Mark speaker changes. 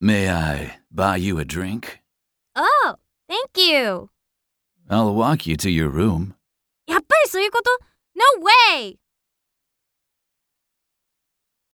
Speaker 1: May I buy you a drink?
Speaker 2: Oh, thank you.
Speaker 1: I'll walk you to your room.
Speaker 2: やっぱりそういうこと ?No way!